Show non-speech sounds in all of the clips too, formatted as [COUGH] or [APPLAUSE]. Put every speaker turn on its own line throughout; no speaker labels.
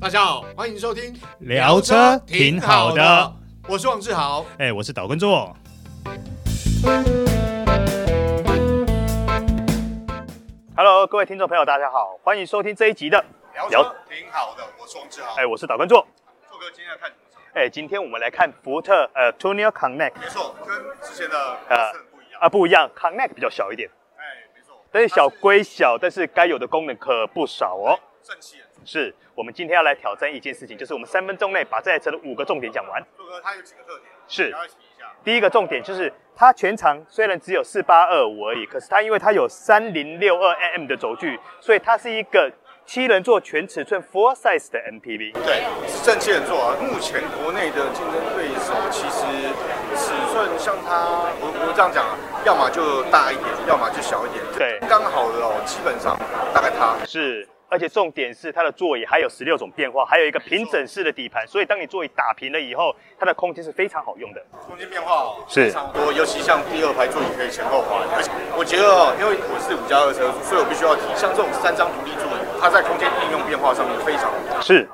大家好，欢迎收听
聊车挺好的，，
我是王志豪。
哎、我是岛根座。Hello，各位听众朋友，大家好，欢迎收听这一集的，
聊
车
挺好的，我是王志豪
[LAUGHS] 哎、我是岛根座。
硕哥今天要看什么车？
哎、今天我们来看福特呃 t u n i o Connect
没错，跟之前的
呃
很不一样。
啊，不一样，Connect 比较小一点，
哎，没错，
啊但是小归小，但是该有的功能可不少哦。
正气人。
是我们今天要来挑战一件事情，就是我们三分钟内把这台车的五个重点讲完。
硕哥他有几个特点，
是
你要提一下。
第一个重点就是它全长虽然只有四八二五而已，可是它因为它有三零六二 mm 的轴距，所以它是一个七人座全尺寸 full size 的 MPV。
对，是正气人做啊。目前国内的竞争对手其实尺寸像它，我我这样讲啊，要么就大一点，要么就小一点。
对
刚好的哦，基本上大概它。
是，而且重点是它的座椅还有十六种变化，还有一个平整式的底盘，所以当你座椅打平了以后，它的空间是非常好用的。
空间变化哦
是
非常多，尤其像第二排座椅可以前后滑，而且我觉得哦，因为我是五加二车主，所以我必须要提，像这种三张独立座椅，它在空间应用变化上面非常多。
是。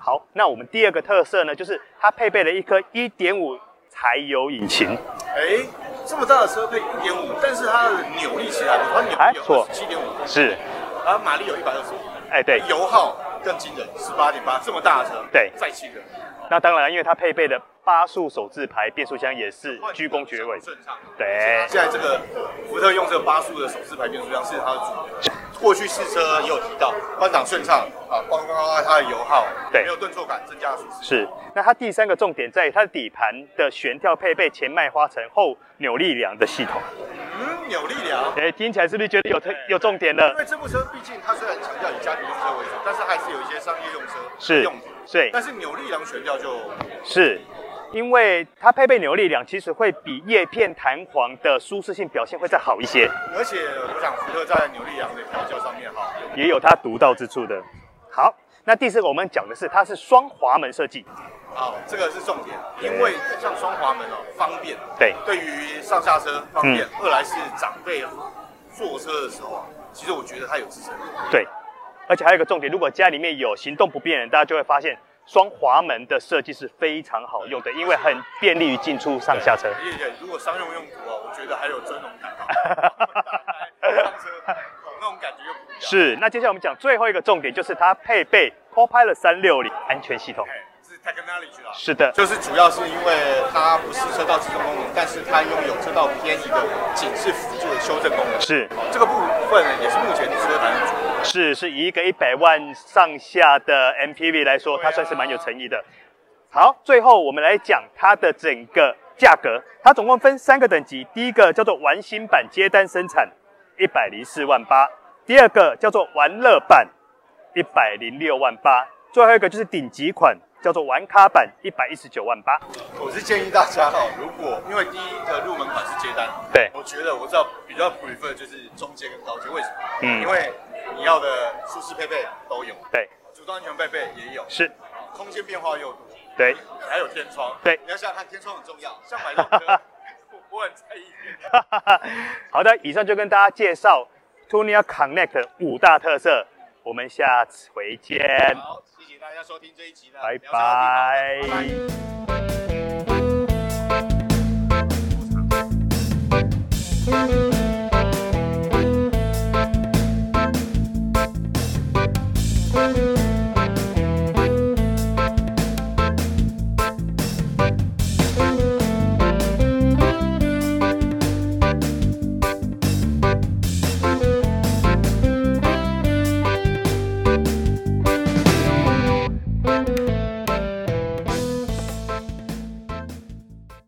好，那我们第二个特色呢，就是它配备了一颗1.5柴油引擎，
哎，这么大的车配一点五，但是它的扭力起来，它扭
哎
力有
错
七点五，
是，
然后马力有一百二十五，
哎对，
油耗更惊人，十八点八，这么大的车，
对
再气人，
那当然，因为它配备的八速手自排变速箱也是鞠躬绝尾，
顺畅。
对，
现在这个福特用这个八速的手势排变速箱是它的主流。过去试车也有提到，换挡顺畅啊，包括它的油耗，
对
没有顿挫感，增加了舒适。
是。那它第三个重点在于它的底盘的悬吊配备前麦花臣后扭力梁的系统。
嗯，扭力梁。
哎，听起来是不是觉得有特有重点了
因？为这部车毕竟它虽然强调以家庭用车为主，但是还是有一些商业用车
是
用途。
对，
但是扭力梁悬吊就是
因为它配备扭力梁，其实会比叶片弹簧的舒适性表现会再好一些，
而且我想福特在扭力梁的调教上面哈，
也有它独到之处的。好，那第四个我们讲的是它是双滑门设计，
好，哦这个是重点，因为像双滑门哦，方便。
对
对于上下车方便，二来是长辈坐车的时候啊，其实我觉得它有支撑力。
对，而且还有一个重点，如果家里面有行动不便的人，大家就会发现双滑门的设计是非常好用的，因为很便利于进出上下车。
而且如果商用用途啊，我觉得还有尊荣感。啊上车那种感觉又不一样。
[LAUGHS] 是，那接下来我们讲最后一个重点，就是它配备 Copilot 三六零安全系统。
哎，是 technology 啦。
是的，
就是主要是因为它不是车道集中功能，但是它拥有车道偏移的警示辅助的修正功能。
是
哦这个部分呢，也是目前车坛主流。
是是，以一个一百万上下的 MPV 来说，它算是蛮有诚意的。好，最后我们来讲它的整个价格，它总共分三个等级，第一个叫做完新版接单生产，一百零四万八；第二个叫做玩乐版，一百零六万八；最后一个就是顶级款，叫做玩咖版，一百一十九万八。
我是建议大家哦，如果因为第一个入门款是接单，
对
我觉得我知道比较 prefer 就是中阶跟高阶，为什么？
嗯
因为你要的舒适配备都有，
对，
主动安全配备也有，
是，
空间变化又多，
对， [LAUGHS]
还有天窗，
对
你要想想看，天窗很重要，像买这种
[LAUGHS]
车，我我很在意。
好的，以上就跟大家介绍 Tunia Connect 的五大特色，我们下次回见。
好，谢谢大家收听这一集的，
拜
聊车好地方
拜
拜拜